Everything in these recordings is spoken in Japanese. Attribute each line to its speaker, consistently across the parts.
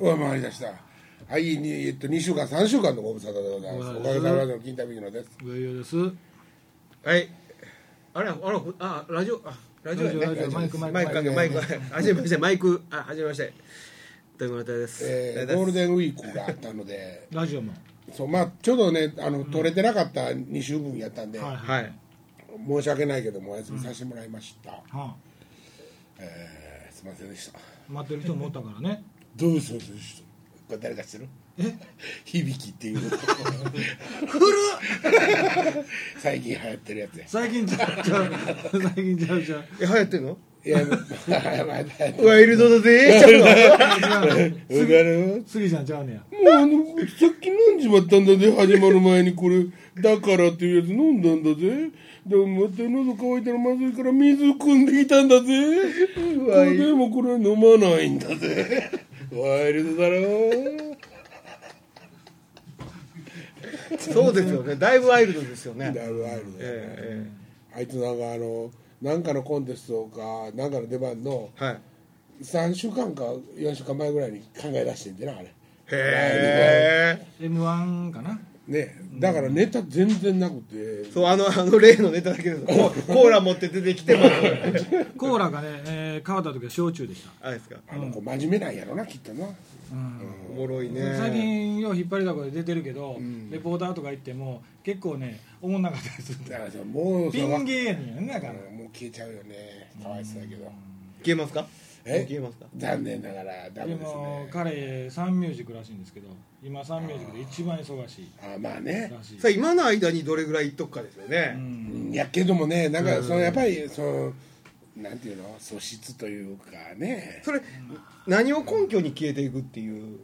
Speaker 1: 上回りだしたはいに、えっと、2週間3週間のご無沙汰でございますお
Speaker 2: ご
Speaker 1: か
Speaker 2: 無沙汰です
Speaker 1: げさまでの金田美のです
Speaker 2: 上与ですは
Speaker 3: はい。あれ、あれ、あ、ラジオ、あ、ラジオや
Speaker 2: ラジ
Speaker 3: ね
Speaker 2: オ。マイクマイク
Speaker 3: マイクかけ、マイク。はじめまして、マイク、あ、はじめまして。ということです。
Speaker 1: え
Speaker 3: 大
Speaker 1: ー
Speaker 3: 体
Speaker 1: ゴール
Speaker 3: です
Speaker 1: デンウィークがあったの で
Speaker 2: ラジオも
Speaker 1: そうまあちょっとねあの取れてなかった2週分やったんで、
Speaker 2: はいは
Speaker 3: はい。
Speaker 1: 申し訳ないけどもお休みさせてもらいました、
Speaker 2: は
Speaker 1: えーすいませんでした
Speaker 2: あ、待ってる人もおったからね
Speaker 1: どうするこれ誰か知ってる
Speaker 2: え
Speaker 1: 響きっていう古っ 最近流行ってるやつや
Speaker 2: 最近ちゃうちゃう最近ちゃうちゃう
Speaker 3: え、流行ってんの
Speaker 1: いや、まあ、まあ
Speaker 3: ワイルドだぜ。ちょっと
Speaker 1: わかる
Speaker 2: 杉ちゃんちゃうねや
Speaker 1: もうあのさっき飲んじまったんだぜ始まる前にこれだからっていうやつ飲んだんだぜでもまた喉乾いたらまずいから水汲んできたんだぜこれでもこれ飲まないんだぜワイルドだろ
Speaker 3: そうですよね。だいぶワイルドですよ
Speaker 1: だ
Speaker 3: ね。
Speaker 1: いぶワイルドだね
Speaker 3: え
Speaker 1: あいつなんかあのなんかのコンテストかなんかの出番の
Speaker 3: え、ええ。はい。
Speaker 1: 3週間か4週間前ぐらいに考え出してんでなあれ
Speaker 3: へえ。
Speaker 2: M1 かな
Speaker 1: ねだからネタ全然なくて
Speaker 3: そう、あの、あの例のネタだけです。ココーラ持って出てきてます。
Speaker 2: コーラがね、えー、変わった時は焼酎でした、
Speaker 3: あれですか。
Speaker 1: あの子真面目なんやろなきっとな
Speaker 2: うん
Speaker 3: おもろいね。
Speaker 2: 最近よう引っ張りだこで出てるけど、レポーターとか行っても結構ねおもんなかったりする
Speaker 1: だからさもうさ
Speaker 2: ピ
Speaker 1: わ
Speaker 2: ン芸人やんだから
Speaker 1: もう消えちゃうよねかわいそうだけど
Speaker 3: 消えますか。
Speaker 1: え
Speaker 3: 消えますか。
Speaker 1: 残念ながらダメ
Speaker 2: で
Speaker 1: です
Speaker 2: も
Speaker 1: ね
Speaker 2: 彼サンミュージックらしいんですけど今サンミュージックで一番忙しい
Speaker 1: あまあね
Speaker 2: らしい
Speaker 3: さあ、今の間にどれぐらいいっとくかですよ
Speaker 2: う
Speaker 3: ね。
Speaker 2: ん
Speaker 1: うんやけどもねなんかそのやっぱりそのなんていうの素質というかね
Speaker 3: それ、何を根拠に消えていくっていう。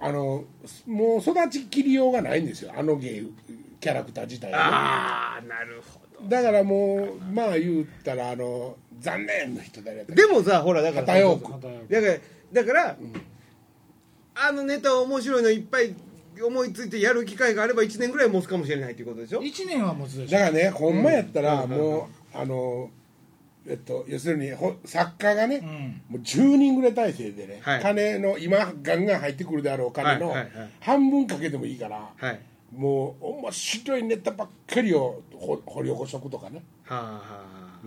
Speaker 1: あのもう育ちきりようがないんですよあのゲイキャラクター自体は
Speaker 3: ああなるほど
Speaker 1: だからもうまあ言ったらあの残念の人だやった
Speaker 3: でもさほらだから
Speaker 1: 片よ
Speaker 3: だ
Speaker 1: く
Speaker 2: また
Speaker 3: からだから、あのネタ面白いのいっぱい思いついてやる機会があれば1年ぐらい持つかもしれないっていうことでしょ
Speaker 2: 1年は持つでし
Speaker 1: だ
Speaker 2: ょ
Speaker 1: からねほんまやったらもうあのえっと要するにほ作家がね、
Speaker 2: うん
Speaker 1: もう10人ぐらい体制でね、
Speaker 3: はい
Speaker 1: 金の今ガンガン入ってくるであろう金の
Speaker 3: はいはいはい
Speaker 1: 半分かけてもいいから、
Speaker 3: はいは
Speaker 1: もう面白いネタばっかりをほ掘り起こしとくとかね
Speaker 3: あはあ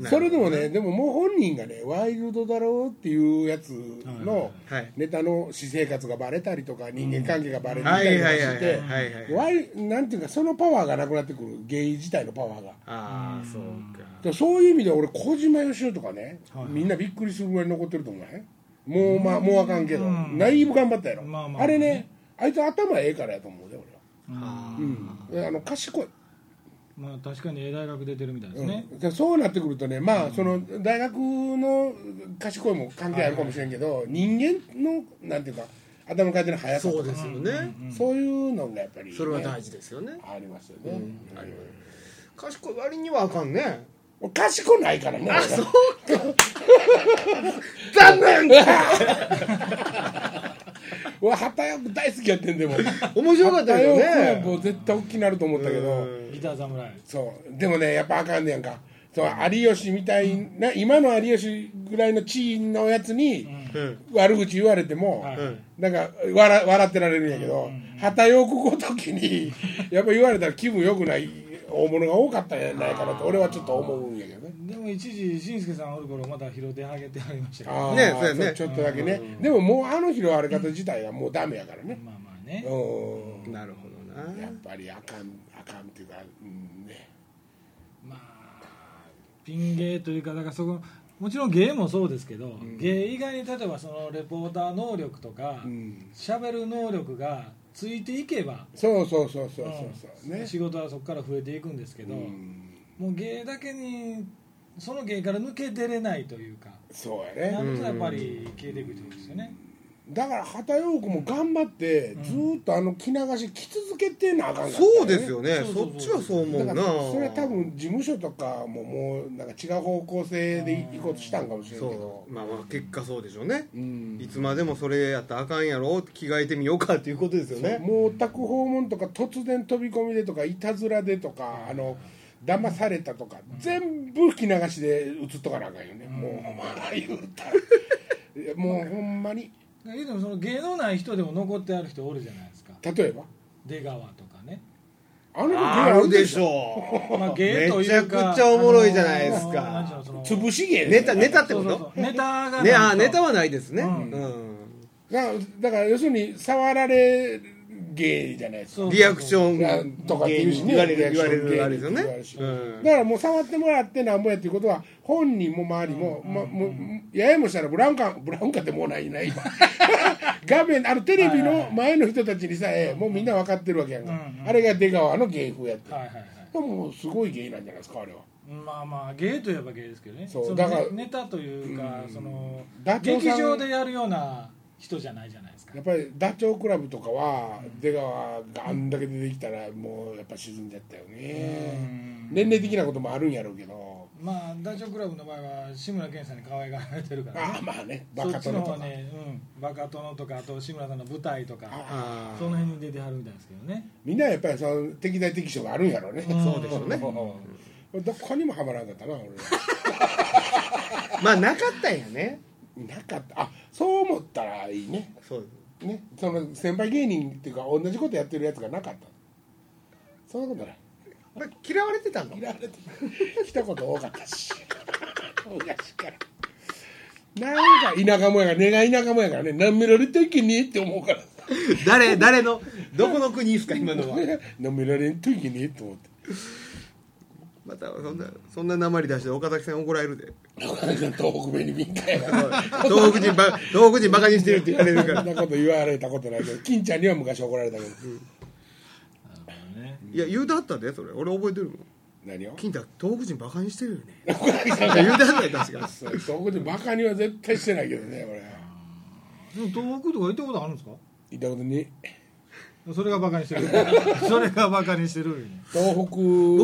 Speaker 3: なる
Speaker 1: そ
Speaker 3: ほど
Speaker 1: れでもねでももう本人がねワイルドだろうっていうやつの
Speaker 3: はい
Speaker 1: ネタの私生活がバレたりとか人間関係がバレてき
Speaker 3: は
Speaker 1: たり
Speaker 3: い
Speaker 1: とか
Speaker 3: はいはい
Speaker 1: し
Speaker 3: はい
Speaker 1: て
Speaker 3: はいはい
Speaker 1: ワイなんていうかそのパワーがなくなってくる芸自体のパワーが。
Speaker 3: ああそうか
Speaker 1: でもそういう意味では俺小島よしおとかね、
Speaker 2: はい
Speaker 1: みんなびっくりするぐらい残ってると思うねもう,、まあ、もうあかんけど、
Speaker 2: うん
Speaker 1: だいぶ頑張ったやろ、
Speaker 2: まあ
Speaker 1: あ
Speaker 2: まあ
Speaker 1: れねあいつ頭ええからやと思うで俺は、
Speaker 3: あ
Speaker 1: うん、あの賢い、
Speaker 2: まあ確かに大学出てるみたいです
Speaker 1: うん
Speaker 2: ね、
Speaker 1: でそうなってくるとねまあその大学の賢いも関係あるかもしれんけど、人間のなんていうか頭の回転の
Speaker 3: あ
Speaker 1: 速さ
Speaker 3: そ
Speaker 1: と
Speaker 3: う
Speaker 1: か
Speaker 3: ですよね、
Speaker 1: そういうのがやっぱりね、
Speaker 3: それは大事ですよね
Speaker 1: ありますよね、
Speaker 3: 賢い割にはあかんね
Speaker 1: 俺賢ないからねあ そう
Speaker 3: 残念
Speaker 1: 俺旗よく大好きやってんでも
Speaker 3: 面白かったけど
Speaker 1: 太陽
Speaker 3: ね
Speaker 1: 光も絶対大きくなると思ったけど
Speaker 3: うん
Speaker 2: ギター侍
Speaker 1: そうでもねやっぱあかんねやんかそう有吉みたいな今の有吉ぐらいの地位のやつに
Speaker 3: うん
Speaker 1: 悪口言われても、
Speaker 2: はい
Speaker 3: うん
Speaker 1: なんか笑笑ってられるんやけど、旗よくごときにやっぱ言われたら気分良くない大物が多かったんじゃないかなと俺はちょっと思うんやけどね
Speaker 2: でも一時紳助さんおる頃まだ拾ってあげてありましたけど
Speaker 1: あー
Speaker 3: ねそうやね
Speaker 1: ちょっとだけね、でももうあの日のあれ方自体はもうダメやからね
Speaker 2: まあまあね
Speaker 1: うん
Speaker 3: なるほどな
Speaker 1: やっぱりあかんあかんっていうか、うんね
Speaker 2: まあピン芸というかだからそこもちろん芸もそうですけど、芸以外に例えばそのレポーター能力とか
Speaker 1: ん
Speaker 2: 喋、る能力がついていけば、
Speaker 1: そうそうそうそうそうそう、
Speaker 2: うん
Speaker 1: ね
Speaker 2: 仕事はそこから増えていくんですけど、
Speaker 1: うん
Speaker 2: もう芸だけにその芸から抜け出れないというか
Speaker 1: そうやね
Speaker 2: なるとやっぱり消えていくってことですよね、
Speaker 1: だから畑陽子も頑張って、ずーっとあの着流し着続けてなあかんかったよね
Speaker 3: そうですよね
Speaker 2: そう
Speaker 3: そ
Speaker 2: そう
Speaker 3: っち
Speaker 2: そう
Speaker 3: はそう思う
Speaker 1: だか
Speaker 3: な
Speaker 1: らそれは多分事務所とかももうなんか違う方向性で行こうとしたんかもしれんけど
Speaker 3: そうまあまあ結果そうでしょうね、
Speaker 1: うん
Speaker 3: いつまでもそれやったらあかんやろ着替えてみようかっていうことですよね
Speaker 1: もう宅訪問とか突然飛び込みでとかいたずらでとかあの騙されたとか全部着流しで映っとかなあかんよね、もうお前は言うたらいやもうほんまに
Speaker 2: 言うてもその芸能ない人でも残ってある人おるじゃないですか
Speaker 1: 例えば
Speaker 2: 出川とか ね
Speaker 1: あの時
Speaker 3: あ
Speaker 1: あ
Speaker 3: る
Speaker 1: るで
Speaker 3: で
Speaker 1: し
Speaker 3: し
Speaker 1: ょ
Speaker 3: ょ
Speaker 2: まあ芸
Speaker 3: め
Speaker 2: とい
Speaker 3: ちゃ
Speaker 2: う
Speaker 3: く
Speaker 2: か
Speaker 3: ちゃおもろいじゃないです
Speaker 2: あのなんていうの
Speaker 3: か
Speaker 2: その
Speaker 1: 潰し芸
Speaker 3: ネタネタって
Speaker 2: そ
Speaker 3: こ
Speaker 2: うそうそ
Speaker 3: と
Speaker 2: うネタが
Speaker 3: ねあーネタ
Speaker 2: は
Speaker 3: はないですね
Speaker 2: う
Speaker 3: うんん
Speaker 1: なだから要するに触られ芸じゃないですか
Speaker 2: そう
Speaker 3: リアクショ
Speaker 1: な
Speaker 3: ン
Speaker 1: とかっていうしね
Speaker 3: 言われる
Speaker 1: リ
Speaker 3: 言
Speaker 1: ア
Speaker 3: わ
Speaker 1: ク
Speaker 3: れ
Speaker 1: ション
Speaker 3: るあれですよね
Speaker 1: 芸って言
Speaker 3: う
Speaker 1: わ
Speaker 3: ん
Speaker 1: だからもう触ってもらってなんぼやっていうことは本人も周りも、まもうややもしたらブラウンカブラウンカでもない な今画面あのテレビの前の人たちにさえもうみんな分かってるわけやんか、
Speaker 2: うんうん
Speaker 1: あれが出川の芸風やって、
Speaker 2: いはいはい
Speaker 1: でもすごい芸なんじゃないですかあれは
Speaker 2: まあまあ芸といえば芸ですけどね
Speaker 1: そう
Speaker 2: の
Speaker 1: だから
Speaker 2: ネタというか、その
Speaker 1: ダチョウ
Speaker 2: 劇
Speaker 1: さん
Speaker 2: 場でやるような人じゃないじゃないですか
Speaker 1: やっぱりダチョウ倶楽部とかは出川があんだけ出てきたらもうやっぱ沈んじゃったよ
Speaker 2: う
Speaker 1: ね、
Speaker 2: ん
Speaker 1: 年齢的なこともあるんやろうけど
Speaker 2: まあダチョウ倶楽部の場合は志村けんさんに可愛がられてるから
Speaker 1: ああ
Speaker 2: ね
Speaker 1: まあねバ
Speaker 2: そ
Speaker 1: カ
Speaker 2: っち
Speaker 1: 殿
Speaker 2: の
Speaker 1: と
Speaker 2: 方
Speaker 1: か、
Speaker 2: はね、うん、バカ殿とかあと志村さんの舞台とか
Speaker 3: あ
Speaker 2: その辺に出てはるみたいですけどね
Speaker 1: みんなやっぱりその適材適所があるんやろうね
Speaker 2: んそうでしょうね
Speaker 1: うんどこにもはまらんかったな俺
Speaker 3: ーまあなかったんやね
Speaker 1: なかったあそう思ったらいいね
Speaker 3: そうです
Speaker 1: ねその先輩芸人っていうか同じことやってるやつがなかったそんなことない
Speaker 3: まあ嫌われてたの
Speaker 1: 嫌われてた一言多かったし 昔からなんか田舎もやから根が田舎もやからね舐められていけねえって思うからさ
Speaker 3: 誰誰のどこの国ですか今のは
Speaker 1: 舐められんといけねえと 思って
Speaker 3: またそんなそんな鉛出して岡崎さん怒られるで
Speaker 1: 東北弁に敏感やから
Speaker 3: 東北人ば東北人バカにしてるって言われるか
Speaker 1: そ
Speaker 3: ら
Speaker 1: んなこと言われたことないけど金ちゃんには昔怒られたけど
Speaker 2: なるほどね
Speaker 3: いや言うてはったでそれ俺覚えてるもん
Speaker 1: 何を
Speaker 3: 金太東北人バカにしてるよね 言うてはったよ確 か
Speaker 1: そう東北でバカには絶対してないけどね俺
Speaker 2: でも東北とか行ったことあるんですか
Speaker 1: いたことに
Speaker 2: それがバカにしてるそれがバカにしてるよね
Speaker 1: 東北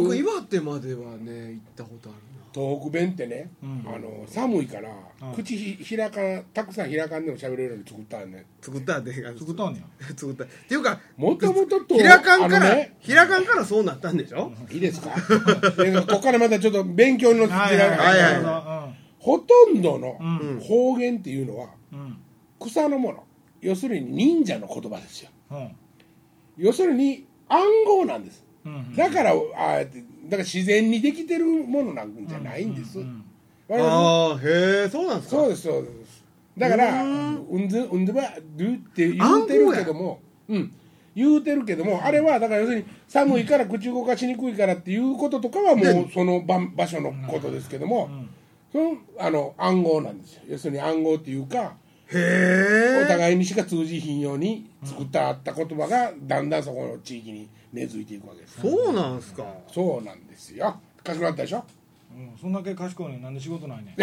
Speaker 3: 僕岩手まではね行ったことある
Speaker 1: 東北弁ってね、
Speaker 2: うん
Speaker 1: あの寒いから、
Speaker 2: うん
Speaker 1: 口ひ開かんたくさん開かんでも喋れるように作ったんね
Speaker 3: な作ったで
Speaker 2: 作ったんや
Speaker 3: 作ったっていうか
Speaker 1: もともとと
Speaker 3: 平館か
Speaker 1: あの
Speaker 3: ら
Speaker 1: ね
Speaker 3: 平館からそうなったんでしょ
Speaker 1: いいです かでここからまたちょっと勉強の
Speaker 2: はいはい
Speaker 3: はいはい
Speaker 2: なるほ
Speaker 1: ほとんどの
Speaker 2: う
Speaker 1: 方言っていうのは
Speaker 2: どうん
Speaker 1: 草のもの要するに忍者の言葉ですよ
Speaker 2: うん
Speaker 1: 要するに暗号なんです
Speaker 2: うんうん
Speaker 1: だからああやってだから自然にできてるものなんじゃないんです、
Speaker 2: うんうん
Speaker 1: 我々
Speaker 3: ああへえそうなんですか
Speaker 1: そうですそうですだから「
Speaker 3: う
Speaker 1: うんずうんずばる」って言うてるけどもうん言うてるけどもあれはだから要するに寒いから口動かしにくいからっていうこととかはもうその場場所のことですけどもそのあの暗号なんですよ要するに暗号っていうかお
Speaker 3: へえ
Speaker 1: 互いにしか通じひんように作ったあった言葉がだんだんそこの地域に根付いていくわけです
Speaker 3: そうなんですか
Speaker 1: そうなんですよ賢くなったでしょ
Speaker 2: うんそんだけ賢いのになんで仕事ないねん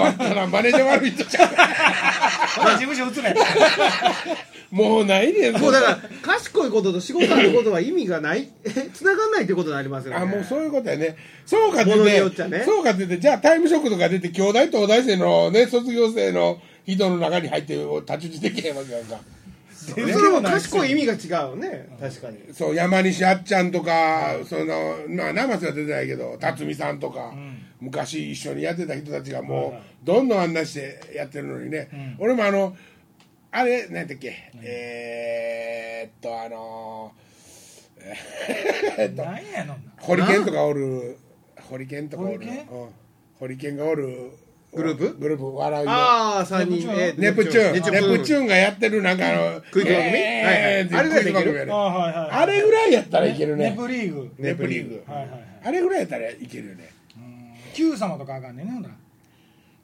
Speaker 1: わったなマネージャー悪い人じゃん
Speaker 2: ほら事務所移れ
Speaker 1: もうないねん
Speaker 3: もうだから賢いことと仕事あることは意味がないつながんないってことになりますよね
Speaker 1: あもうそういうことやねそうかって
Speaker 3: 物に
Speaker 1: 言
Speaker 3: よ
Speaker 1: っ
Speaker 3: っち
Speaker 1: て、
Speaker 3: ゃね
Speaker 1: そうかって言ってじゃあタイムショックとか出て京大東大生のね卒業生の人の中に入って立ち打ちできへんわけやんか
Speaker 3: それも賢い意味が違うね確かに
Speaker 1: そう山西あっちゃんとか、そのまあ生瀬は出てないけど辰巳さんとか、昔一緒にやってた人たちがもう、どんどん案内してやってるのにね、俺もあのあれ何だっけ、えー、っとあ のえーっと
Speaker 2: 何やのんな
Speaker 1: ホリケンとかおるホリケンとかおる
Speaker 2: ホリケン
Speaker 1: うんホリケンがおる
Speaker 3: グループ
Speaker 1: グループ笑いの
Speaker 3: ああ三人え
Speaker 1: ネプチューンネ
Speaker 3: ネ
Speaker 1: プチュ
Speaker 3: プ
Speaker 1: ーン
Speaker 3: チューン
Speaker 1: がやってるなんかあの
Speaker 3: クイズ番組
Speaker 1: えー
Speaker 3: はいはい
Speaker 1: っていうクイズ番組
Speaker 3: あれぐらいでいける
Speaker 1: やね
Speaker 2: あはいはい
Speaker 1: あれぐらいやったらいける
Speaker 2: ネ
Speaker 1: ね
Speaker 2: プリーグ
Speaker 1: ネプリーグ
Speaker 2: はいはいはい
Speaker 1: あれぐらいやったらいけるよね
Speaker 2: うん「Q 様」とかあかんねんねほんなら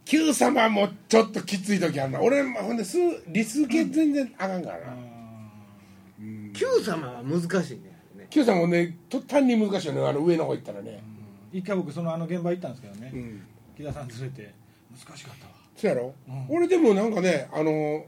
Speaker 1: Q 様もちょっときつい時あるな俺まあほんですリス系全然あかんからな
Speaker 3: 九様は難しいね
Speaker 1: Q 様もね途端に難しいよねあの上の方行ったらね
Speaker 2: 一回僕そのあの現場行ったんですけど
Speaker 1: う
Speaker 2: ね
Speaker 1: ん
Speaker 2: 木田さん連れて難しかったわ
Speaker 1: そうやろ、
Speaker 2: うん
Speaker 1: 俺でもなんかねあの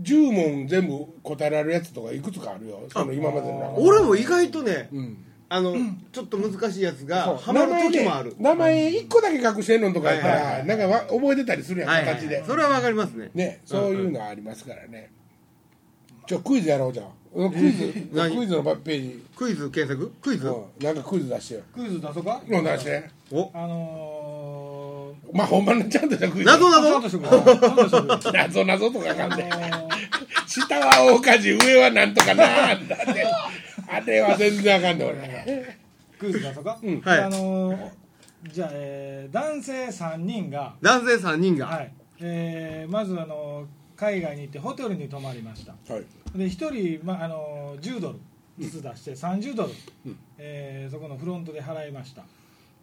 Speaker 1: 10問全部答えられるやつとかいくつかあるよその今までの中で
Speaker 3: 俺も意外とね
Speaker 1: うん
Speaker 3: あのちょっと難しいやつが
Speaker 1: そう
Speaker 3: ハマる時もある
Speaker 1: 名前1個だけ隠してんのとかやった
Speaker 3: はいはい
Speaker 1: らなんかわ覚えてたりするやん、
Speaker 3: はいはい
Speaker 1: 形で
Speaker 3: それはわかりますね
Speaker 1: ねそういうのはありますからねちょクイズやろうじゃんうんクイズ
Speaker 3: 何
Speaker 1: クイズのページ、
Speaker 3: クイズ検索クイズ
Speaker 1: うん、なんかクイズ出してよ
Speaker 2: クイズ出そうか
Speaker 1: もう出して
Speaker 3: お
Speaker 2: あのー
Speaker 1: まあ本番のちゃんとしたクイズ
Speaker 3: 謎
Speaker 2: ちゃん
Speaker 3: 謎
Speaker 2: としてくれちゃんとしてくれ
Speaker 1: 謎謎とかかんで
Speaker 2: あのー
Speaker 1: 下は大火事上はなんとかなんだ ってあれは全然あかんで俺
Speaker 2: クイズだとか、
Speaker 1: ん
Speaker 3: はい
Speaker 2: あのーじゃあ、えー男性3人が、
Speaker 3: 男性3人が
Speaker 2: はいえーまず、あのー海外に行ってホテルに泊まりました
Speaker 1: はい
Speaker 2: で1人、まああのー10ドルずつ出して30ドル、えーそこのフロントで払いました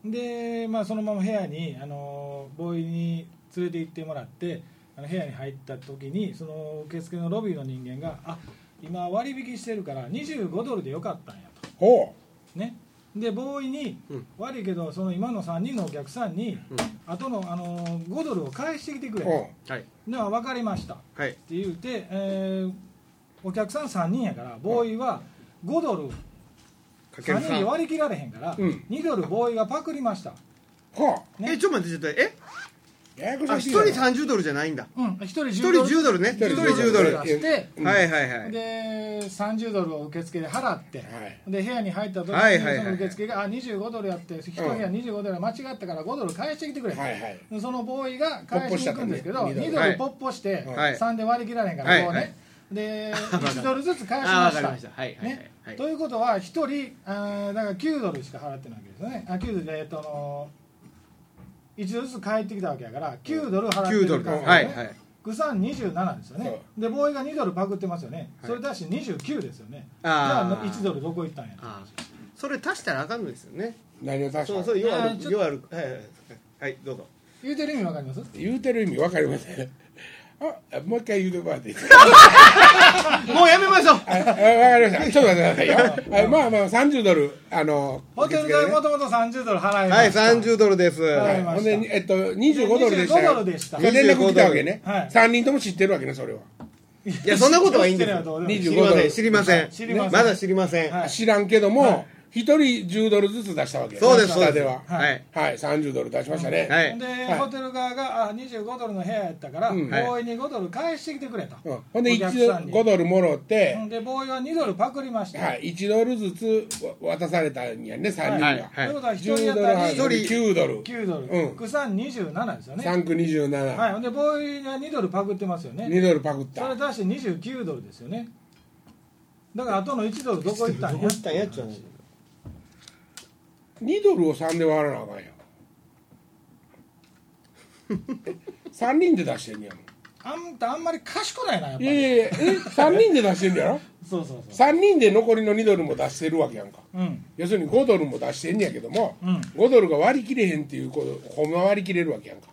Speaker 2: で、まあ、そのまま部屋に、あのーボーイに連れて行ってもらってあの部屋に入った時にその受付のロビーの人間が「あ今割引してるから25ドルでよかったんや」と。
Speaker 1: ほ
Speaker 2: ね、でボーイに、
Speaker 3: うん
Speaker 2: 悪いけどその今の3人のお客さんに、
Speaker 3: うん
Speaker 2: 後の、あのー5ドルを返してきてく
Speaker 1: う
Speaker 2: れ、
Speaker 1: ほ
Speaker 3: はい
Speaker 2: では分かりましたっ
Speaker 3: はい
Speaker 2: て言うて、えーお客さん3人やからボーイは5ドル
Speaker 3: かけ
Speaker 2: 3
Speaker 3: る
Speaker 2: 人で
Speaker 3: 3
Speaker 2: 割り切られへんから、
Speaker 1: うん
Speaker 2: 2ドルボーイがパクりました、
Speaker 1: うほ
Speaker 2: ね
Speaker 3: えちょっと待ってちょっとえ
Speaker 1: うやや
Speaker 3: あ
Speaker 1: こ
Speaker 3: 1
Speaker 1: しい
Speaker 3: 人30ドルじゃないんだ
Speaker 2: うん、1人
Speaker 3: 1
Speaker 2: 10
Speaker 3: 人
Speaker 2: ドル
Speaker 3: 10ドルね
Speaker 1: 一
Speaker 3: 1
Speaker 1: 人10
Speaker 3: 人10
Speaker 1: ド
Speaker 3: ド
Speaker 1: ル
Speaker 3: ル
Speaker 2: 出して、
Speaker 1: うん
Speaker 3: はいはいはい
Speaker 2: で30ドルを受付で払って、
Speaker 1: はい
Speaker 2: で部屋に入った時に、
Speaker 3: はいはいは
Speaker 2: そ
Speaker 3: い
Speaker 2: の受付があ25ドルやって1部屋25ドル間違ったから5ドル返してきてくれ、
Speaker 1: はいはい
Speaker 2: そのボーイが返しに行くんですけど、
Speaker 1: ポッポしちゃったね二
Speaker 2: 2ド
Speaker 3: ドル
Speaker 2: ルポッポして、
Speaker 3: はい
Speaker 2: 3で割り切られへんから、
Speaker 3: はい
Speaker 2: こう
Speaker 3: はい
Speaker 2: ね で1ドルずつ返しました
Speaker 3: あーわかりましたはいはいはい
Speaker 2: ね
Speaker 3: はい
Speaker 2: ということは1人あーだから9ドルしか払ってないわけですよねあ9ドルでえっとあの1ドルずつ返ってきたわけやから9ドル払って
Speaker 3: 9
Speaker 2: る
Speaker 3: ドル
Speaker 2: か
Speaker 3: で
Speaker 2: ら
Speaker 3: す
Speaker 2: ね
Speaker 3: はいはい
Speaker 2: グサン27ですよねでボーイが2ドルパクってますよね、それだし29ですよねじゃ
Speaker 3: あ
Speaker 2: あ
Speaker 3: ー
Speaker 2: 1ドルどこ行ったんや
Speaker 3: あーそれ足したらあかんのですよね
Speaker 1: 何を確
Speaker 3: そう
Speaker 1: か
Speaker 3: そう
Speaker 1: に
Speaker 3: ようあ
Speaker 2: あー
Speaker 3: る
Speaker 2: ちょ
Speaker 3: ようあるはいはいはいはいどうぞ
Speaker 2: 言うてる意味わかります
Speaker 1: 言うてる意味わかりませんあもう一回言うてもらっていいですか
Speaker 3: もうやめましょう
Speaker 1: あわかりました。ちょっと待ってくださいよ。あまあまあ三十ドルあの
Speaker 2: ホテル代もともと30ドル払いま
Speaker 3: はい
Speaker 2: した
Speaker 3: 30ドルです
Speaker 2: はい
Speaker 1: ほんでえっと二十五ドルでした
Speaker 2: 25ドルでした
Speaker 1: で連絡来たわけね
Speaker 2: はい。
Speaker 1: 三、人とも知ってるわけねそれは。
Speaker 3: いやそんなことはいいんですよ
Speaker 1: 25
Speaker 3: 知りま
Speaker 1: ド
Speaker 3: せん
Speaker 1: ル
Speaker 2: 知
Speaker 3: 知りません
Speaker 2: りません
Speaker 3: まだ知りません
Speaker 2: はい
Speaker 1: 知らんけど
Speaker 2: は
Speaker 1: も
Speaker 2: い
Speaker 1: 一、人十ドルずつ出したわけ。
Speaker 3: そうですそう
Speaker 1: 下
Speaker 3: で
Speaker 1: ですは。
Speaker 2: は
Speaker 3: はいい
Speaker 1: はい三十ドル出しましたね。
Speaker 3: はい
Speaker 2: で、
Speaker 1: い
Speaker 2: ホテル側があ25ドルの部屋やったから、
Speaker 1: うん
Speaker 2: ボーイに5ドル返してきてくれと、
Speaker 1: うんほんで
Speaker 2: お
Speaker 1: 一
Speaker 2: 客さんに
Speaker 1: 五ドルもろって、
Speaker 2: でボーイは2ドルパクりました、
Speaker 1: はい一ドルずつわ渡されたんやね三人
Speaker 3: は
Speaker 1: が
Speaker 3: い。
Speaker 2: ということは1
Speaker 1: 十、
Speaker 2: 人当
Speaker 1: ドル
Speaker 2: た
Speaker 1: は
Speaker 2: り
Speaker 1: 一人九ドル。
Speaker 2: 9ドル、
Speaker 1: うん
Speaker 2: グサン27ですよね
Speaker 1: 三区二十
Speaker 2: はい、
Speaker 1: 七。
Speaker 2: ほんでボーイが2ドルパクってますよね
Speaker 1: 二ドルパクっ
Speaker 2: それ
Speaker 1: た。
Speaker 2: 出して29ドルですよねだからあとの1ドルどこ行ったんや
Speaker 3: どこ行ったんやっちゃうの
Speaker 1: 二ドルを三で割らなあかんやん。 三人で出してんねやもん。
Speaker 2: あんたあんまり賢ないなやっぱ
Speaker 1: いやい
Speaker 2: り、
Speaker 1: やいやえ3人で出してんのやろ
Speaker 2: そうそうそう
Speaker 1: 3人で残りの2ドルも出してるわけやんか
Speaker 2: うん
Speaker 1: 要するに5ドルも出してんねやけども、
Speaker 2: うん
Speaker 1: 5ドルが割り切れへんっていうことほんま割り切れるわけやんか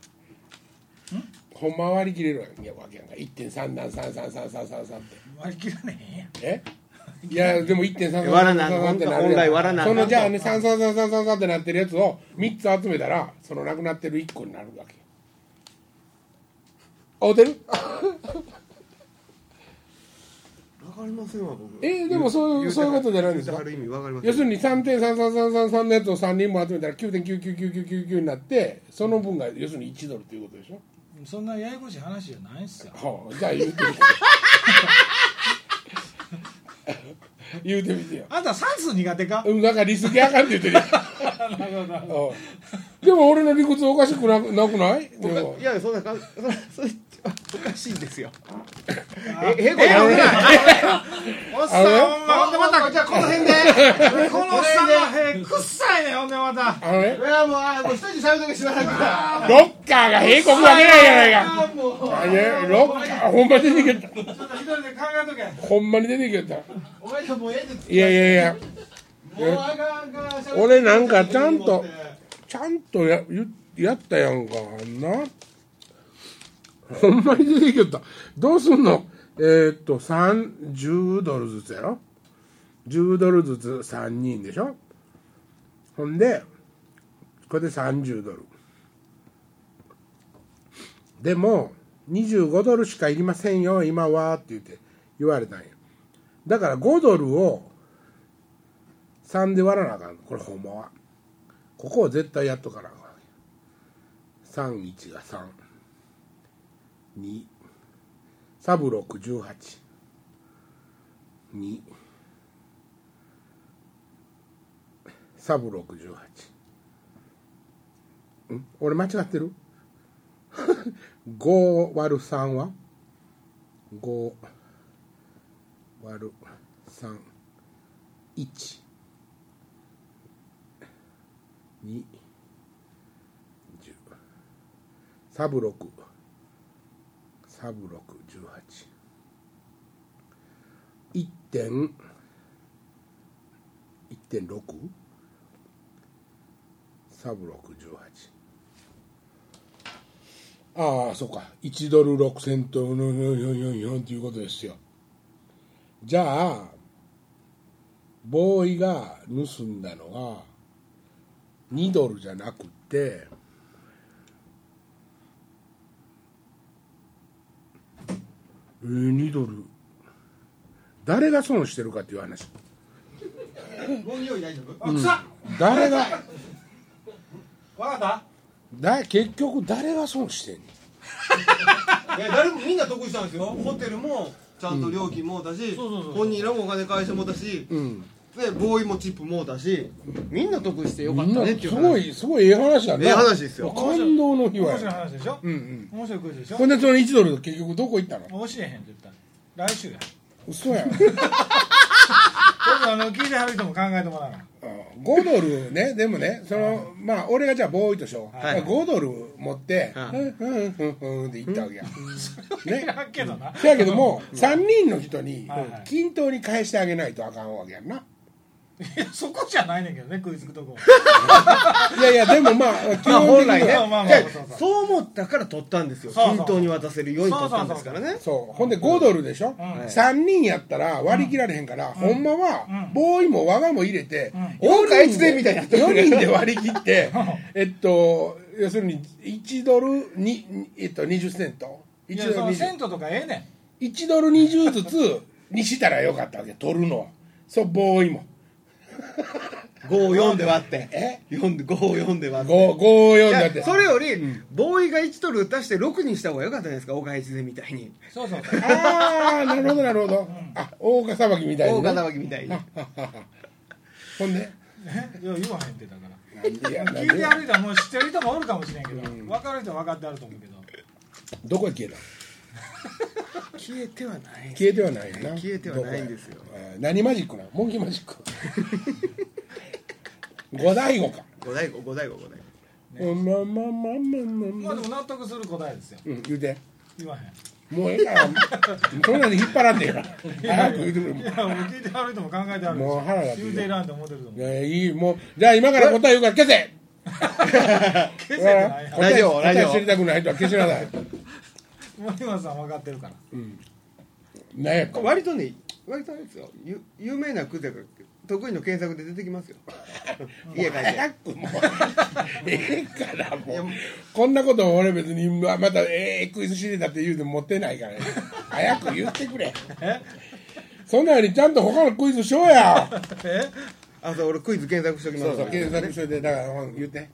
Speaker 1: ほんま割り切れるわけやんか1.3段33333って
Speaker 2: 割り切らねえんや
Speaker 1: えいやでも1.3
Speaker 3: 割らな本来割らな
Speaker 1: そのじゃあね33333ってなってるやつを3つ集めたらそのなくなってる1個になるわけ合うてる
Speaker 3: わかりませんわ僕
Speaker 1: えでもそういうそういうことじゃないんですか
Speaker 3: ある意味わかりません
Speaker 1: 要するに3.33333のやつを3人も集めたら9.99999になってその分が要するに1ドルということでしょ
Speaker 2: そんなややこしい話じゃないっすよ
Speaker 1: はあじゃあ言うてみて言うてみてよ
Speaker 2: あんた算数苦手か
Speaker 1: うんなんかリスケあかんって言ってるや ん
Speaker 2: なるほど
Speaker 1: うんでも俺の理屈おかしくななくないでも
Speaker 3: いやそんなかそんなそれおかしいんですよえええこ
Speaker 1: やめな
Speaker 2: おっさ
Speaker 1: あ
Speaker 2: ん
Speaker 1: れ
Speaker 2: ほんまほんでまたじゃあこの辺で このおっさんのへくっさいねほんでまた
Speaker 1: あのね
Speaker 3: いやもうあもう一人喋るだけしなさ
Speaker 1: ロッカーが閉国わけないやないか
Speaker 2: あもう
Speaker 1: あいやロッカーほんまに出てきよっ
Speaker 2: ちょっと一人で考えとけ
Speaker 1: たほんまに出てきよった
Speaker 3: お前らもうええで
Speaker 1: いやいやいや
Speaker 3: もうあかんあかん喋って
Speaker 1: 俺なんかちゃんとちゃんとやゆやったやんかあんなほんまに出てきよったどうすんのえー、っと3 10ドルずつやろ10ドルずつ3人でしょほんでこれで30ドルでも25ドルしかいりませんよ今はって言って言われたんやだから5ドルを3で割らなあかんこれほんまはここを絶対やっとかなあかん31が323ブロック182サブ6 18ん俺間違ってる5割る3は5割る312サブ6サブ618 1 1.6サブ618ああ、そうか。1ドル6セントの444っていうことですよ。じゃあ、ボーイが盗んだのが、2ドルじゃなくて、えー、2ドル。誰が損してるかっていう話。
Speaker 3: ゴミ用意大丈夫
Speaker 2: あ臭っ
Speaker 1: 誰が、
Speaker 2: わか
Speaker 1: だ結局誰が損してんの
Speaker 3: え誰もみんな得したんですよホテルもちゃんと料金もだし本人らもお金返してもだし
Speaker 1: うん。
Speaker 3: でボーイもチップもだしみんな得してよかっ
Speaker 1: みん
Speaker 3: た
Speaker 1: な
Speaker 3: ねってい
Speaker 1: す
Speaker 3: う
Speaker 1: ご
Speaker 3: 話
Speaker 1: い、すごいええ話だね。
Speaker 3: ええ話ですよ
Speaker 1: 感動の日
Speaker 2: った
Speaker 1: は
Speaker 2: 面白い話でしょ
Speaker 1: うんうん。
Speaker 2: 面白いクイズでしょ
Speaker 1: こんでその1ドル結局どこ行ったの
Speaker 2: 教えへんって言ったら来週や
Speaker 1: 嘘やんあ
Speaker 2: 僕あの聞いてはる人も考えてもらわな
Speaker 1: 5ドルね でもねそのまあ俺がじゃあボーイとしよう、
Speaker 2: はい
Speaker 1: 5ドル持って
Speaker 3: は
Speaker 1: ふ
Speaker 3: い
Speaker 1: んふんふんふんって行ったわけや
Speaker 2: い
Speaker 1: ね
Speaker 2: やけどな
Speaker 1: せやけど も3人の人に
Speaker 2: はいはい
Speaker 1: 均等に返してあげないとあかんわけやんない
Speaker 2: やそこじゃないねんけどねクイズとこ
Speaker 1: いやいやでも まあ基
Speaker 3: まあ
Speaker 1: 本
Speaker 3: 本
Speaker 1: 的
Speaker 3: 来
Speaker 1: に
Speaker 3: ね
Speaker 2: まあまあまあそうそう
Speaker 3: そう思ったから取ったんですよ
Speaker 2: そうそう
Speaker 3: 均等に渡せるように取ったんですからね
Speaker 1: そうほんで5ドルでしょ、
Speaker 2: ん
Speaker 1: 3人やったら割り切られへんから、ほんまは
Speaker 2: うん
Speaker 1: ボーイも我がも入れて、
Speaker 3: ん
Speaker 1: 四人で
Speaker 3: 大会でみたいになってる
Speaker 1: 4人で割り切って えっと要するに1ドルに、えっと、20セント
Speaker 2: いや
Speaker 1: 1ド
Speaker 2: そ
Speaker 1: ル
Speaker 2: の
Speaker 1: 20
Speaker 2: 銭湯とかええね
Speaker 1: 1ドル20ずつにしたらよかったわけ取るのはそうボーイも
Speaker 3: 54で割って
Speaker 1: え
Speaker 3: 4で54で割って
Speaker 1: 54
Speaker 3: い
Speaker 1: だ
Speaker 3: や
Speaker 1: って
Speaker 3: それより、ボーイが1ドル足して6にした方が良かったじゃないですか大川越前みたいに
Speaker 2: んそうそうそう
Speaker 1: ああなるほどなるほど、あ大岡さばきみたい
Speaker 3: 大
Speaker 1: にね、
Speaker 3: 川脇みたいに
Speaker 1: ほんで
Speaker 2: えいや言わへんってだから
Speaker 1: いやなん
Speaker 2: 聞いて
Speaker 1: で
Speaker 2: はる人はもう知ってる人もおるかもしれんけど分かる人は分かってあると思うけど
Speaker 1: どこへ消えた
Speaker 3: 消えてはない
Speaker 1: 消えてはないよな
Speaker 3: 消えてはないんですよ
Speaker 1: どこやえー何マジックなのモンキーマジッ ク五大悟か
Speaker 3: 五大五五大五五大
Speaker 1: うんまあまあまあま
Speaker 2: ま
Speaker 1: あま
Speaker 2: あ
Speaker 1: あ
Speaker 2: でも納得する答えですよ
Speaker 1: うん言うて
Speaker 2: 言わへん
Speaker 1: もうええからそんなんで引っ張らんでええから早く言うてくれも
Speaker 2: いやもう聞いてはる人も考えてあるでし
Speaker 1: もう
Speaker 2: ょ
Speaker 1: 腹立つよ
Speaker 2: 言うていらんと思ってると思
Speaker 1: ういうやいいもうじゃあ今から答え言うから消せ
Speaker 2: 消せてないやん
Speaker 1: 答え
Speaker 3: ラジオラジオ
Speaker 1: 答え知りたくない人は消しなさい
Speaker 2: 森松さん分かってるから
Speaker 1: 何やか
Speaker 3: 割とね割とあれですよゆ有名なクゼが得意の検索で出てきます よ家帰って
Speaker 1: 早くもう ええからもうこんなことも俺別にままたええクイズ知りだって言うても持ってないからね早く言ってくれそんなよりちゃんと他のクイズしようや
Speaker 2: え
Speaker 3: あそう俺クイズ検索しておきます
Speaker 1: そうそう検索しといてだからほん言って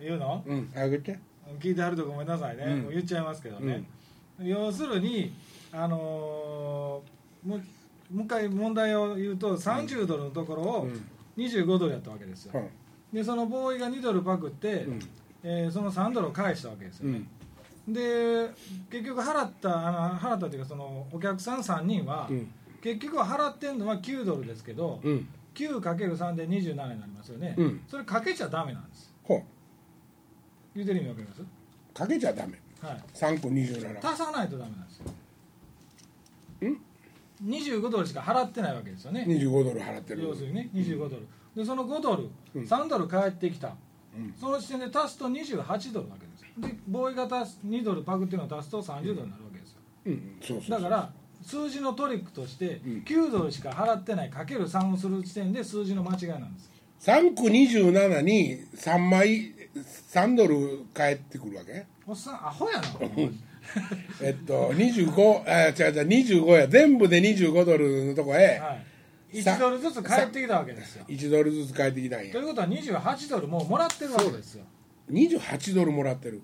Speaker 2: 言うの
Speaker 1: うんあげて
Speaker 2: 聞いてはるとごめんなさいね、
Speaker 1: うん
Speaker 2: もう言っちゃいますけどね、要するにあのーもうもう一回問題を言うと30ドルのところを25ドルやったわけですよ、
Speaker 1: うん
Speaker 2: でそのボーイが2ドルパクって、
Speaker 1: ん
Speaker 2: えーその3ドルを返したわけです
Speaker 1: う
Speaker 2: よね、
Speaker 1: ん
Speaker 2: で結局払ったあの払ったというかそのお客さん3人は、
Speaker 1: うん
Speaker 2: 結局は払ってんのは9ドルですけど、
Speaker 1: うん
Speaker 2: 9かける3で27になりますよね、
Speaker 1: うん
Speaker 2: それかけちゃダメなんです
Speaker 1: ほ
Speaker 2: 言うてる意味わかります
Speaker 1: うかけちゃダメ
Speaker 2: はい
Speaker 1: 3個27
Speaker 2: 足さないとダメなんですよ25ドルしか払ってないわけですよね
Speaker 1: 25ドル払ってる
Speaker 2: 要するにね25ドル、でその5ドル、3ドル返ってきた、その時点で足すと28ドルなわけですよでボーイが足す2ドルパクっていうのを足すと30ドルになるわけですよ、
Speaker 1: うんうんそうそう
Speaker 2: だから数字のトリックとして
Speaker 1: ん
Speaker 2: 9ドルしか払ってないかける3をする時点で数字の間違いなんです
Speaker 1: 3個27に3枚3ドル返ってくるわけ
Speaker 2: おっさんアホやな
Speaker 1: えっと25あ違う違う25や全部で25ドルのとこへ
Speaker 2: はい、
Speaker 1: さ
Speaker 2: 1ドルずつ返ってきたわけですよ
Speaker 1: 1ドルずつ返ってきたん
Speaker 2: と
Speaker 1: や
Speaker 2: いうことは28ドルもうもらってるわけですよ
Speaker 1: 28ドルもらってる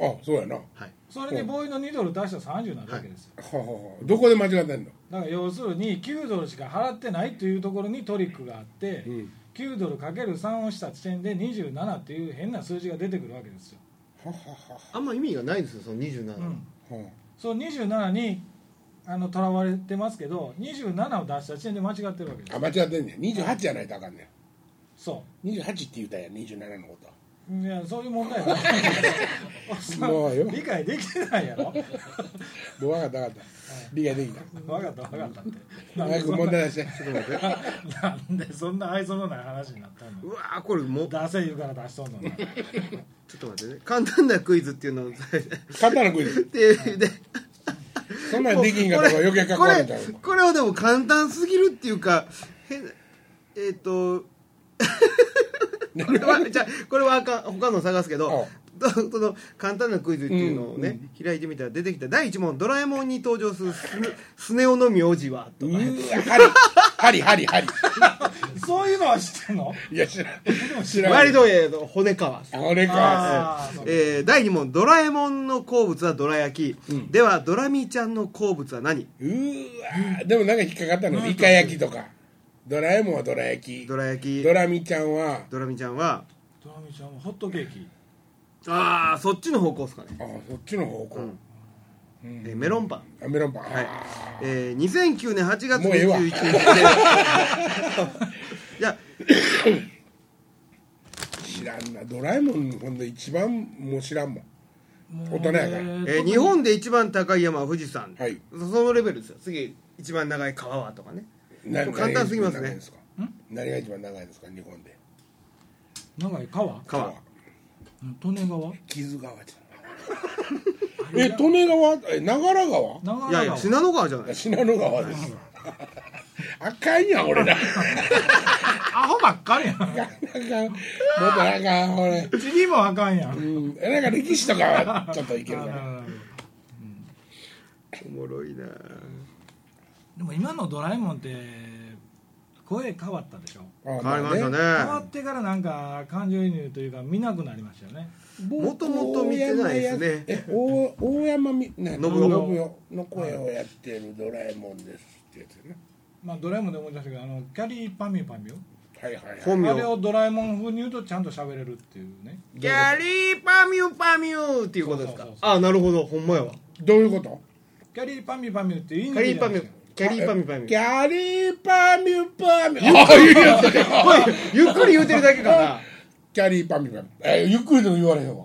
Speaker 1: あそうやなほ
Speaker 2: それでボーイの2ドル出したら30になるわけですよ、
Speaker 1: うほうほうどこで間違ってんの
Speaker 2: だから要するに9ドルしか払ってないというところにトリックがあって、9ドルかける3をした時点で27っていう変な数字が出てくるわけですよ
Speaker 1: は
Speaker 3: あんま意味がないんですよその27、
Speaker 2: うん、
Speaker 1: うん
Speaker 2: そう27にとらわれてますけど27を出した時点で間違ってるわけです
Speaker 1: あ間違ってんねん28じゃないとあかんね
Speaker 2: そ
Speaker 1: ん28って言うたんやん27のこ
Speaker 2: ういやそういう問題やおっさん
Speaker 1: もうよ
Speaker 2: 理解できてないやろ分
Speaker 1: ともう分かった分かった理解できた
Speaker 2: かった分かったってなんで
Speaker 1: 早
Speaker 2: そ
Speaker 1: く
Speaker 2: ん
Speaker 1: 問
Speaker 2: な
Speaker 1: 題出してちょっと待って
Speaker 2: なんでそんな愛想のない話になった
Speaker 3: うわーこれも
Speaker 2: の
Speaker 3: う
Speaker 2: 出せ言うから出しとんのに
Speaker 3: ちょっと待ってね簡単なクイズっていうのを
Speaker 1: 簡単なクイズ
Speaker 3: でで
Speaker 1: そんなんできんかったら余計かっこ悪いんちゃう
Speaker 3: これこれをでも簡単すぎるっていうか変なえっ、とこれはじゃあこれはあかん他の探すけどとその簡単なクイズっていうのをね、開いてみたら出てきた第1問「ドラえもん」に登場するススネ夫の名字は
Speaker 1: うーわ針針針針
Speaker 2: そういうのは知ってんの
Speaker 1: いや知らん知らん
Speaker 3: 割とええの骨川
Speaker 1: あれか
Speaker 2: あーそう
Speaker 3: えー第2問「ドラえもんの好物はどら焼き」ではドラミちゃんの好物は何
Speaker 1: うーわでもなんか引っかかったのイカ焼きとかドラえもんはドラ焼き
Speaker 3: どら焼き
Speaker 1: ドラミちゃんは
Speaker 3: ドラミちゃんは
Speaker 2: ドラミちゃんもホットケーキ
Speaker 3: ああそっちの方向ですかね、
Speaker 1: あそっちの方
Speaker 3: う
Speaker 1: 向
Speaker 3: んえーメロンパン
Speaker 1: あメロンパン
Speaker 3: はい
Speaker 1: あ、
Speaker 3: えー、2009年8月
Speaker 1: もうええわ
Speaker 3: 21日でいや
Speaker 1: ー知らんなドラえもんほんで一番もう知らんもん大人やから
Speaker 2: もう
Speaker 3: えー日本で一番高い山は富士山、
Speaker 1: はい
Speaker 3: そのレベルですよ次一番長い川はとかね
Speaker 1: な
Speaker 3: もう簡単すぎますね
Speaker 1: 何が一番長いですか何が一番長いですか日本で
Speaker 2: 長い川
Speaker 3: 川
Speaker 2: うん利根川
Speaker 1: 木津川じゃないえ利根川え長良川
Speaker 2: 長
Speaker 3: いやいや信濃川じゃない
Speaker 1: 信濃川ですあかんやん俺ら
Speaker 2: アホばっかりやん
Speaker 1: あかんあかんもっとなんかほれ
Speaker 2: 地理もあかんやん
Speaker 1: うんなんか歴史とかはちょっといけるかな
Speaker 2: あー
Speaker 3: おもろいな
Speaker 2: でも今のドラえもんって声変わったでしょ
Speaker 1: 変
Speaker 3: 変わりました
Speaker 2: 変わ
Speaker 3: ね
Speaker 2: ってからなんか感情移入というか見なくなりましたよね
Speaker 1: も
Speaker 3: ともと見てないですね
Speaker 1: え大大山みな
Speaker 3: 信
Speaker 1: 信
Speaker 3: 夫
Speaker 1: 夫の声をやってるドラえもんですってやつね
Speaker 2: まあドラえもんで思い出したけどあのキャリーパミュパミュ
Speaker 1: はいはいはい
Speaker 3: 本名
Speaker 2: あれをドラえもん風に言うとちゃんと喋れるっていうね
Speaker 3: ギャリーパミュパミュっていうことですか
Speaker 2: そうそう
Speaker 3: あなるほどほんまやわ
Speaker 1: どういうこと
Speaker 2: キャリーパミュパミュっていい
Speaker 3: キ
Speaker 2: 意
Speaker 3: ャリ
Speaker 2: 味
Speaker 3: ー
Speaker 2: な
Speaker 3: パ
Speaker 2: ん
Speaker 3: ミ
Speaker 2: です
Speaker 3: ュ
Speaker 2: よ
Speaker 3: キャリーパミュパミ
Speaker 1: キャリーパミュパミ
Speaker 3: ュ
Speaker 1: ュあいいやつだ
Speaker 3: おいゆっくり言うてるだけかな
Speaker 1: キャリーパミュパミュえゆっくりでも言われへんわ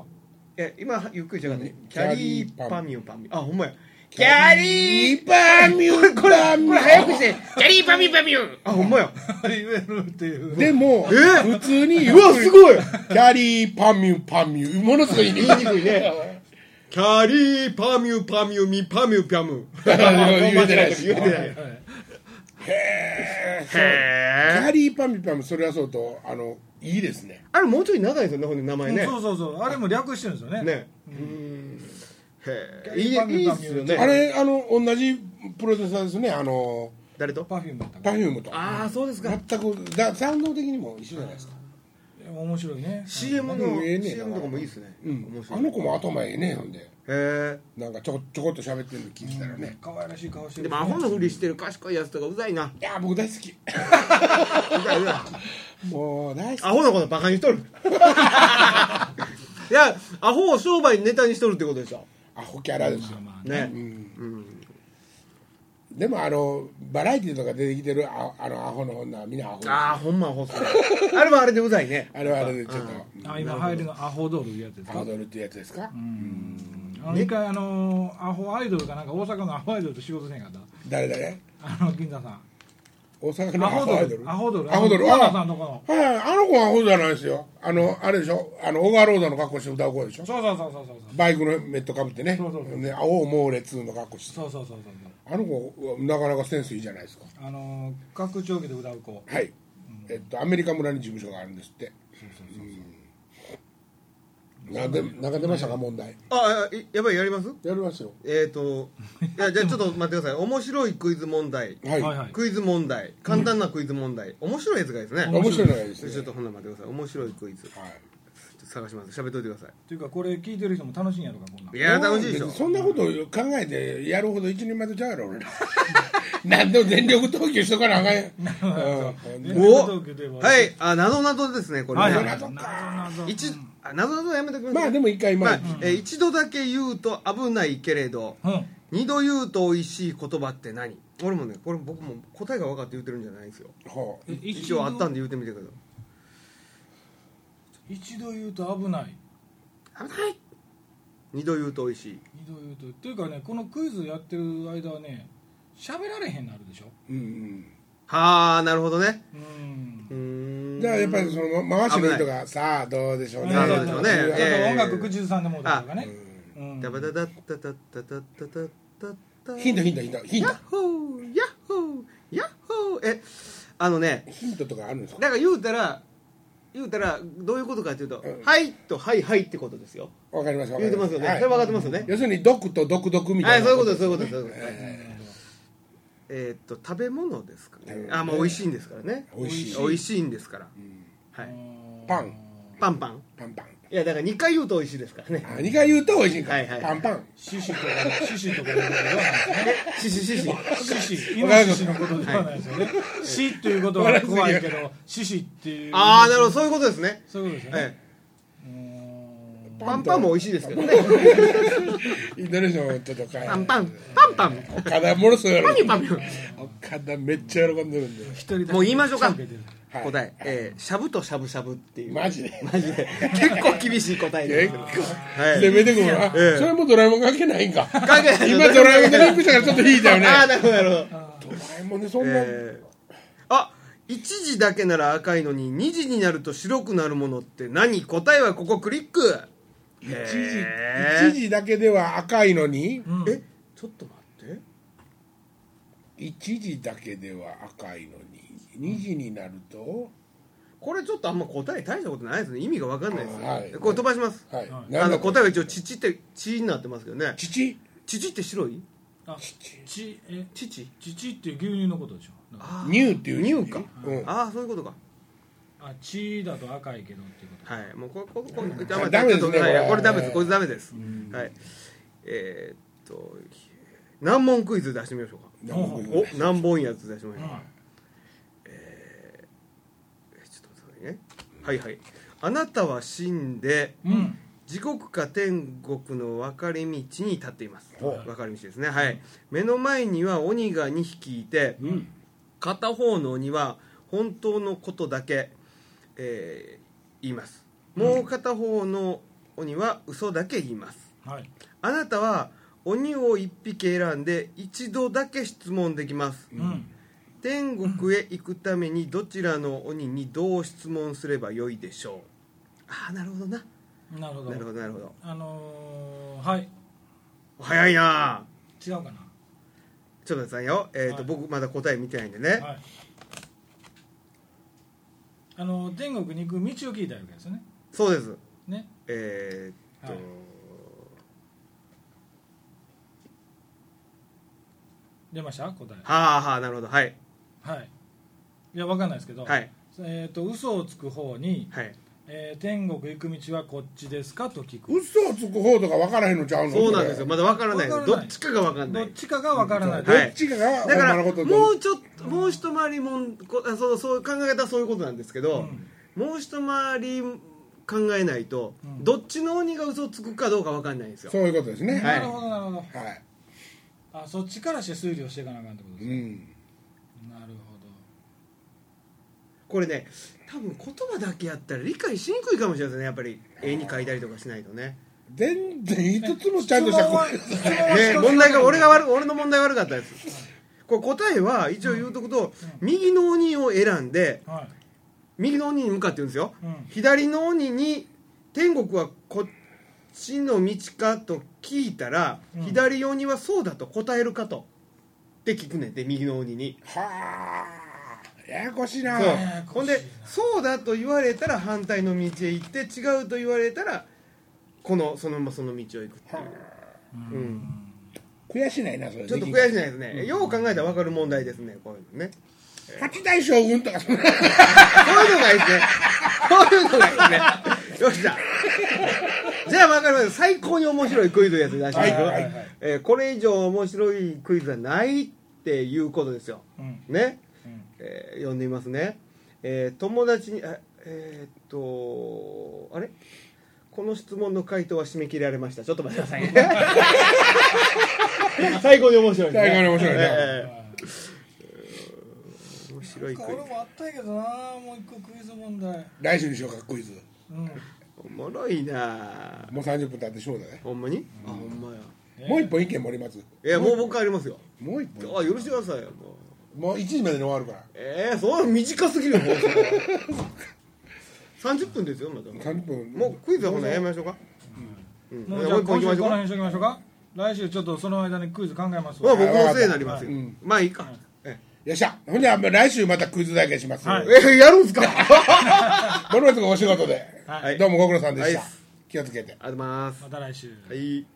Speaker 3: え今ゆっくりじゃなかったねキ
Speaker 1: キ
Speaker 3: ャ
Speaker 1: ャ
Speaker 3: リ
Speaker 1: リ
Speaker 3: ー
Speaker 1: ー
Speaker 3: パ
Speaker 1: パ
Speaker 3: ミュパミュあほんまやキャリー
Speaker 1: ーパミュ
Speaker 3: これ
Speaker 1: パミ
Speaker 3: これ早くしてキャリーパミュパミュあほんまや
Speaker 2: 言えるっていう
Speaker 1: でも
Speaker 3: え
Speaker 1: 普通に
Speaker 3: うわすごい
Speaker 1: キャリーパミュパミュものすごい言いにくいね
Speaker 3: キャリーパミュパミュミパミュピャム
Speaker 1: 言えてないし
Speaker 3: 言うてない
Speaker 1: キ
Speaker 3: へえ
Speaker 1: ャリーパミュパミュそれはそうとあのいいですね
Speaker 3: あれもうちょい長いですよねほんで名前ね
Speaker 2: そうそうそうあれも略してるんですよね
Speaker 3: ねへえいい
Speaker 2: キャリー
Speaker 3: いい
Speaker 2: パ
Speaker 3: っ
Speaker 2: ミュパミュ
Speaker 3: すよね
Speaker 1: あれあの同じプロデューサーですねあの
Speaker 3: 誰と
Speaker 2: パフュームだったか
Speaker 1: パフュームと
Speaker 3: ああそうですか
Speaker 1: 全くだサウンド的にも一緒じゃないですか、
Speaker 2: ら面白いね
Speaker 3: CM
Speaker 1: う
Speaker 3: の
Speaker 1: んええねんな
Speaker 3: CM とかもいいですね
Speaker 1: うん
Speaker 3: 面白
Speaker 1: あ
Speaker 3: い
Speaker 1: の子も後前ええねほんで
Speaker 3: へ
Speaker 1: なんかちょこちょこっと喋ってるの聞いてたらね、
Speaker 2: 可愛らしい顔して
Speaker 3: え
Speaker 2: る
Speaker 3: でもアホのふりしてる賢いやつとかうざいない
Speaker 1: や僕大好き
Speaker 3: うざいうざい
Speaker 1: もう大好
Speaker 3: アホのことバカにしと るいやアホを商売にネタにしとるってことでしょ
Speaker 1: きアホキャラですよ、
Speaker 2: まあ
Speaker 3: ね
Speaker 1: うんでもあのバラエティとか出てきてるああのアホの女はみんなアホです
Speaker 3: ああほんまアホっすねあれはあれでうざいね
Speaker 1: あれはあれでちょっと、
Speaker 2: あ今入るのアホドールいうやつです
Speaker 1: ア
Speaker 2: か
Speaker 1: ホドルってやつですか、
Speaker 2: あの一回あのアホアイドルかなんか大阪のアホアイドルと仕事せんかった
Speaker 1: 誰誰
Speaker 2: あの銀座さん
Speaker 1: 大阪の
Speaker 2: ア
Speaker 1: ア
Speaker 2: ホ
Speaker 1: ホ
Speaker 2: ド
Speaker 1: アイド
Speaker 2: ル
Speaker 1: ル
Speaker 2: アホドル
Speaker 1: アホドルあ
Speaker 2: あのコアラさんのこの
Speaker 1: はい、あの子はアホじゃないですよ。あの、あれでしょあの、オガローダの格好して歌う子でしょ
Speaker 2: そうそうそうそうそう
Speaker 1: バイクのメットかぶってね。
Speaker 2: そうそうそう
Speaker 1: ね、青猛烈の格好して。
Speaker 2: そうそうそうそうそう
Speaker 1: あの子、なかなかセンスいいじゃないですか。
Speaker 2: あの拡張器で歌う子
Speaker 1: はい。えっと、アメリカ村に事務所があるんですって。うんなんで、なんか出ましたか、問題。
Speaker 3: ああいやばいやります
Speaker 1: やりますよ。
Speaker 3: えー、といやじゃあちょっと待ってください面白いクイズ問題
Speaker 1: はい。
Speaker 2: はいはい
Speaker 3: クイズ問題簡単なクイズ問題面白いやつがいいですね
Speaker 1: 面白いのがいいですね。
Speaker 3: ちょっとほんなら待ってください面白いクイズちょ
Speaker 1: はい。
Speaker 3: っと探します喋っといてくださ
Speaker 2: というかこれ聞いてる人も楽しいんやろかこんなん
Speaker 3: いいや楽しいでしょ
Speaker 1: そんなこと考えてやるほど一人前とちゃうやろ、俺ら。 何でも全力投球しとかなあかんやんうん
Speaker 3: お
Speaker 2: 東京といえば
Speaker 3: はいあ謎謎ですねこれね、
Speaker 2: はいはい
Speaker 1: な
Speaker 2: はい
Speaker 1: ぞ
Speaker 2: 謎
Speaker 1: か
Speaker 2: 謎
Speaker 3: 一あ謎謎はやめてくださ
Speaker 1: ま
Speaker 3: い
Speaker 1: あでも一回
Speaker 3: ま
Speaker 1: ま
Speaker 3: あ
Speaker 1: あ
Speaker 3: えー一度だけ言うと危ないけれど
Speaker 2: うん
Speaker 3: 二度言うと美味しい言葉って何俺もねこれ僕も答えが分かって言ってるんじゃないんですよ
Speaker 1: ほう
Speaker 3: 一応あったんで言うてみてください
Speaker 2: 一度言うと危ない
Speaker 3: 二度言うと美味しい
Speaker 2: 二度言うとっていうかねこのクイズやってる間はね喋られへんなるでしょ
Speaker 1: うん
Speaker 3: はあなるほどね
Speaker 2: うん
Speaker 3: うー
Speaker 1: うんんじゃあやっぱりその回してみると
Speaker 3: 危
Speaker 1: かさあどうでしょうね
Speaker 3: なるほどね
Speaker 2: あ
Speaker 3: ええ
Speaker 2: と音楽口ずさんでもうたりとかねうん
Speaker 3: ダバダダッタタッタタッタタッタッタ
Speaker 1: ヒントヒントヒントヒン
Speaker 3: ヤ
Speaker 1: ト
Speaker 3: ッホーヤッホーヤッホーえあのね
Speaker 1: ヒントとかあるんですか
Speaker 3: だから言うたら言うたらどういうことかっていうと「はい」と「はいはい」ってことですよ
Speaker 1: わかりましたわか
Speaker 3: 言うて
Speaker 1: りま
Speaker 3: ま
Speaker 1: すす
Speaker 3: よね、
Speaker 1: はい
Speaker 3: それ分かってますよね、
Speaker 1: 要するに毒と毒毒み
Speaker 3: は
Speaker 1: たい
Speaker 3: い
Speaker 1: な
Speaker 3: そういうことです
Speaker 1: す
Speaker 3: そういうことですそういうことです、えーっと食べ物ですかねあもう美味しいんですからね
Speaker 1: 美味しい
Speaker 3: 美味しいんですから、は
Speaker 2: う
Speaker 3: い
Speaker 2: ん
Speaker 1: パン
Speaker 3: パンパン
Speaker 1: パンパン
Speaker 3: いやだから2回言うと美味しいですからね
Speaker 1: 何が言うと美味しいんか
Speaker 3: はいはい
Speaker 1: パンパン
Speaker 2: シシとかシシとかのことではないですね
Speaker 3: しししし
Speaker 2: シシ今シシのことではないですよねシっていうことは怖いけどシシっていう
Speaker 3: ああなるほどそういうことですね、
Speaker 2: そういうことですよ
Speaker 3: え
Speaker 2: ね
Speaker 3: え
Speaker 2: うーん
Speaker 3: パンパンも美味しいですけどね
Speaker 1: インドネシアもちょっとか
Speaker 3: パンパンパンパン
Speaker 1: 岡田もろそうやろ
Speaker 3: パンパン
Speaker 1: 岡田めっちゃ喜んでるんで
Speaker 2: 一人だけ
Speaker 3: もう言いましょうか
Speaker 2: 受けてる
Speaker 1: はい
Speaker 3: 答え、えー、しゃぶとしゃぶしゃぶっていう
Speaker 1: マジで
Speaker 3: マジで 結構厳しい答えで
Speaker 1: 結
Speaker 3: す
Speaker 1: 構
Speaker 3: はい
Speaker 1: 攻めてくるな、
Speaker 3: ええ
Speaker 1: それもドラえもん関係ないんか
Speaker 3: 関係ない
Speaker 1: 今ドラえもんがリンクしたからちょっと引いたよね
Speaker 3: ああなるほどなるほど
Speaker 1: ドラえもんでそんな、
Speaker 3: えーあ一時だけなら赤いのに二時になると白くなるものって何答えはここクリック一時
Speaker 1: 一時だけでは赤いのに、
Speaker 2: うん
Speaker 3: えちょっと待って
Speaker 1: 一時だけでは赤いのに二時になると、
Speaker 3: これちょっとあんま答え大したことないですね意味が分かんないですね、
Speaker 1: はい
Speaker 3: これ飛ばします、
Speaker 1: はい、
Speaker 2: はい
Speaker 1: な
Speaker 3: あ
Speaker 1: んだ
Speaker 3: の答えは一応乳って乳になってますけどね
Speaker 1: 父
Speaker 3: 乳って白い
Speaker 2: あちえ
Speaker 3: 乳
Speaker 2: ちちっていう牛乳のことでしょ
Speaker 3: あ
Speaker 1: 乳っていう
Speaker 3: 乳か、
Speaker 1: うん
Speaker 3: ああそういうことか
Speaker 2: あちだと赤いけどっていうこと
Speaker 3: はい、もうここここ
Speaker 1: あ
Speaker 3: あ
Speaker 1: ダメですね
Speaker 3: ちょっとはいはい
Speaker 1: これ
Speaker 3: これダメです、これダメです。はい。えーっと難問クイズ出してみましょうか。お、難問やつ出しましょう。えーちょっと待ってくださいね。はいはい。あなたは死んで
Speaker 2: うん
Speaker 3: 地獄か天国の分かれ道に立っています。
Speaker 1: ほう
Speaker 3: 分かれ道ですね。はい。目の前には鬼が2匹いて、
Speaker 1: うん
Speaker 3: 片方の鬼は本当のことだけ、えー言いますもう片方の鬼は嘘だけ言います
Speaker 2: はい
Speaker 3: あなたは鬼を一匹選んで一度だけ質問できます、
Speaker 2: うん
Speaker 3: 天国へ行くためにどちらの鬼にどう質問すればよいでしょうああなるほどな
Speaker 2: なるほど
Speaker 3: なるほどなるほど
Speaker 2: あのー、はい
Speaker 3: 早いな
Speaker 2: 違うか
Speaker 3: ちょっと待ってくださいよ、えーと
Speaker 2: はい
Speaker 3: 僕まだ答え見てないんで
Speaker 2: な
Speaker 3: ね、
Speaker 2: はいあのー天国に行く道を聞いたわけですよね
Speaker 3: そうです
Speaker 2: ね
Speaker 3: えーっと、
Speaker 2: はい出ました答え
Speaker 3: はあはあなるほどはい
Speaker 2: はいいやわかんないですけど、
Speaker 3: はい
Speaker 2: えっ、と嘘をつく方に、
Speaker 3: はい
Speaker 2: えー天国行く道はこっちですかと聞く
Speaker 1: 嘘をつく方とか分からへんのちゃうの
Speaker 3: そうなんですよ。
Speaker 1: こ
Speaker 3: まだわからないです。
Speaker 2: わから
Speaker 3: ど
Speaker 2: ない
Speaker 3: っちかがわかんな
Speaker 2: ど
Speaker 3: い
Speaker 2: っ。ちかがわからない、
Speaker 1: れ
Speaker 3: はい
Speaker 1: どっちかが
Speaker 3: だ
Speaker 1: ほん
Speaker 3: か
Speaker 1: ま
Speaker 3: ら
Speaker 1: のこと
Speaker 3: もうちょっともう一回りもんこあそうそう考え方はそういうことなんですけど、もう一回り考えないと、
Speaker 2: うん
Speaker 3: どっちの鬼が嘘をつくかどうかわかんないんですよ。
Speaker 1: そういうことですね
Speaker 2: な
Speaker 1: は
Speaker 2: るほどなるほど
Speaker 1: い、はい
Speaker 2: あそっちからして推理をしていかなあかんってことです
Speaker 1: う
Speaker 2: ね、
Speaker 1: ん、
Speaker 2: なるほど
Speaker 3: これね、多分言葉だけやったら理解しにくいかもしれませんね。やっぱり絵に描いたりとかしないとね。
Speaker 1: 全然一つもちゃんとした答え
Speaker 2: 質問は
Speaker 3: ね問題が俺が悪俺の問題悪かったです。これ答えは一応言うとくと、右の鬼を選んで
Speaker 2: はい、
Speaker 3: 右の鬼に向かって言うんですよ。
Speaker 2: うん、
Speaker 3: 左の鬼に天国はこっちの道かと聞いたら、
Speaker 2: うん
Speaker 3: 左鬼はそうだと答えるかとって聞くねんて右の鬼に
Speaker 1: はあややこしいな
Speaker 3: そう
Speaker 2: ややこしいな
Speaker 3: ほんでそうだと言われたら反対の道へ行って違うと言われたらこのそのままその道を行くっていう、うん
Speaker 1: 悔しないなそれ
Speaker 3: ちょっと悔しいないですね、よう考えたら分かる問題ですねこういうのね
Speaker 1: 八大将軍とかそ んな
Speaker 3: そういうのがいいですね。そういうのがいいです ね。よっしゃ。じゃあ分かりました。最高に面白いクイズのやつ出してい
Speaker 2: は
Speaker 3: く
Speaker 2: いはいはい
Speaker 3: えーこれ以上面白いクイズはないっていうことですよ
Speaker 2: うん
Speaker 3: ね、
Speaker 2: うん
Speaker 3: えー読んでみますね、えー友達にあえーっとあれこの質問の回答は締め切られましたちょっと待ってくださいね最高に面白
Speaker 1: 最高に面白
Speaker 3: い、ね、
Speaker 1: いね
Speaker 3: えー面白いクイ
Speaker 2: 俺もあったんやけどなもう一個クイズ問題
Speaker 1: 来週にしようかクイズ
Speaker 2: うん
Speaker 3: ズおもろいな
Speaker 1: もう30分経ってしもうだね
Speaker 3: ほんまに、あほんまや
Speaker 1: もう一本意見もります
Speaker 3: いやもう僕ありますよ
Speaker 1: もう一
Speaker 3: あ
Speaker 1: 本
Speaker 3: 許してくださいよもう
Speaker 1: もう1時までに終わるから
Speaker 3: ええー、そんな短すぎるよ放送が30分ですよまだ
Speaker 1: 30分
Speaker 3: もうクイズはほなやめましょうかうん
Speaker 2: も
Speaker 3: もう
Speaker 2: うじゃあ
Speaker 3: 一本
Speaker 2: 今
Speaker 3: いき
Speaker 2: 週
Speaker 3: ま
Speaker 2: この辺にしときま
Speaker 3: しょうか
Speaker 2: しょうか来週ちょっとその間にクイズ考えます
Speaker 3: まあ
Speaker 2: わ
Speaker 3: 僕のせいになりますよ、
Speaker 1: うん
Speaker 3: まあいいか、え
Speaker 1: よっしゃほんじゃ来週またクイズだけします、
Speaker 2: はい
Speaker 3: ええやるんすか
Speaker 1: ボルベツがお仕事で、
Speaker 2: はい
Speaker 1: どうもご苦労さんでした、
Speaker 3: はい
Speaker 1: 気をつけて
Speaker 3: ありがとうございます
Speaker 2: また来週
Speaker 3: はい